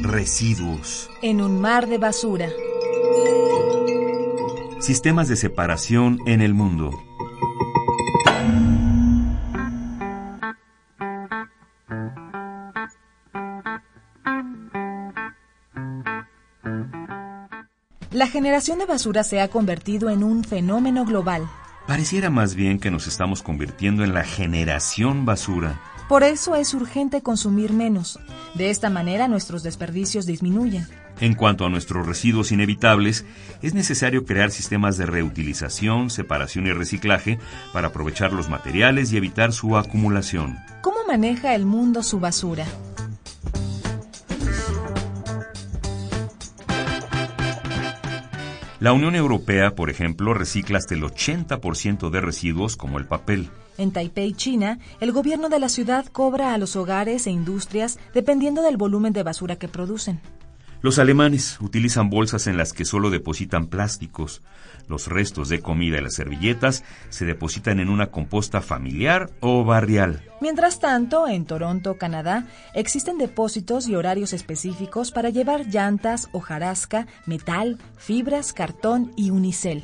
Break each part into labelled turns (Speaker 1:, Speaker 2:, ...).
Speaker 1: Residuos.
Speaker 2: En un mar de basura.
Speaker 1: Sistemas de separación en el mundo.
Speaker 2: La generación de basura se ha convertido en un fenómeno global.
Speaker 1: Pareciera más bien que nos estamos convirtiendo en la generación basura.
Speaker 2: Por eso es urgente consumir menos. De esta manera nuestros desperdicios disminuyen.
Speaker 1: En cuanto a nuestros residuos inevitables, es necesario crear sistemas de reutilización, separación y reciclaje para aprovechar los materiales y evitar su acumulación.
Speaker 2: ¿Cómo maneja el mundo su basura?
Speaker 1: La Unión Europea, por ejemplo, recicla hasta el 80% de residuos como el papel.
Speaker 2: En Taipei, China, el gobierno de la ciudad cobra a los hogares e industrias dependiendo del volumen de basura que producen.
Speaker 1: Los alemanes utilizan bolsas en las que solo depositan plásticos. Los restos de comida y las servilletas se depositan en una composta familiar o barrial.
Speaker 2: Mientras tanto, en Toronto, Canadá, existen depósitos y horarios específicos para llevar llantas, hojarasca, metal, fibras, cartón y unicel.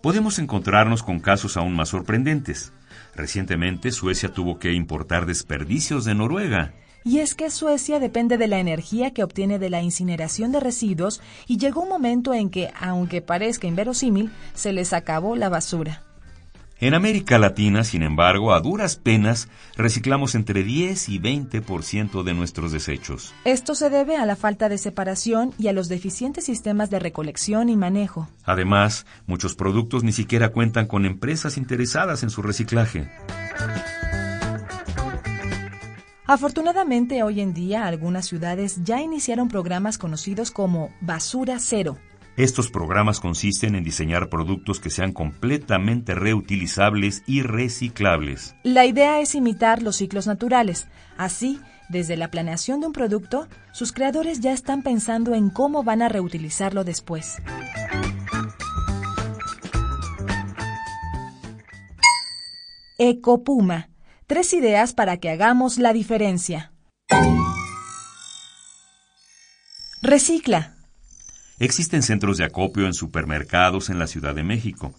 Speaker 1: podemos encontrarnos con casos aún más sorprendentes. Recientemente, Suecia tuvo que importar desperdicios de Noruega.
Speaker 2: Y es que Suecia depende de la energía que obtiene de la incineración de residuos y llegó un momento en que, aunque parezca inverosímil, se les acabó la basura.
Speaker 1: En América Latina, sin embargo, a duras penas, reciclamos entre 10 y 20% de nuestros desechos.
Speaker 2: Esto se debe a la falta de separación y a los deficientes sistemas de recolección y manejo.
Speaker 1: Además, muchos productos ni siquiera cuentan con empresas interesadas en su reciclaje.
Speaker 2: Afortunadamente, hoy en día algunas ciudades ya iniciaron programas conocidos como Basura Cero.
Speaker 1: Estos programas consisten en diseñar productos que sean completamente reutilizables y reciclables.
Speaker 2: La idea es imitar los ciclos naturales. Así, desde la planeación de un producto, sus creadores ya están pensando en cómo van a reutilizarlo después. Ecopuma. Tres ideas para que hagamos la diferencia. Recicla.
Speaker 1: Existen centros de acopio en supermercados en la Ciudad de México.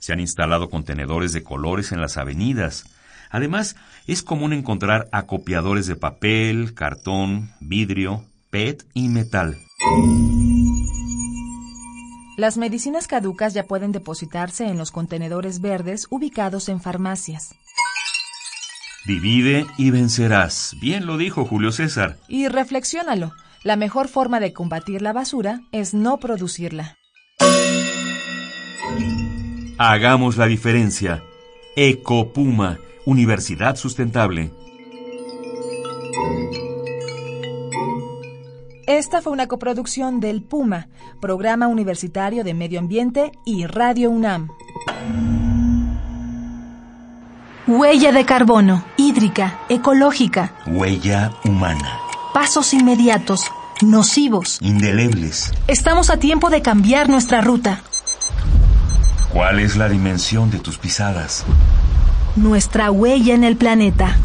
Speaker 1: Se han instalado contenedores de colores en las avenidas. Además, es común encontrar acopiadores de papel, cartón, vidrio, PET y metal.
Speaker 2: Las medicinas caducas ya pueden depositarse en los contenedores verdes ubicados en farmacias.
Speaker 1: Divide y vencerás. Bien lo dijo Julio César.
Speaker 2: Y reflexiónalo. La mejor forma de combatir la basura es no producirla.
Speaker 1: Hagamos la diferencia. Ecopuma, Universidad Sustentable.
Speaker 2: Esta fue una coproducción del Puma, Programa Universitario de Medio Ambiente y Radio UNAM. Huella de carbono, hídrica, ecológica,
Speaker 1: Huella humana.
Speaker 2: pasos inmediatos, nocivos.
Speaker 1: Indelebles.
Speaker 2: Estamos a tiempo de cambiar nuestra ruta,
Speaker 1: ¿Cuál es la dimensión de tus pisadas?
Speaker 2: nuestra huella en el planeta.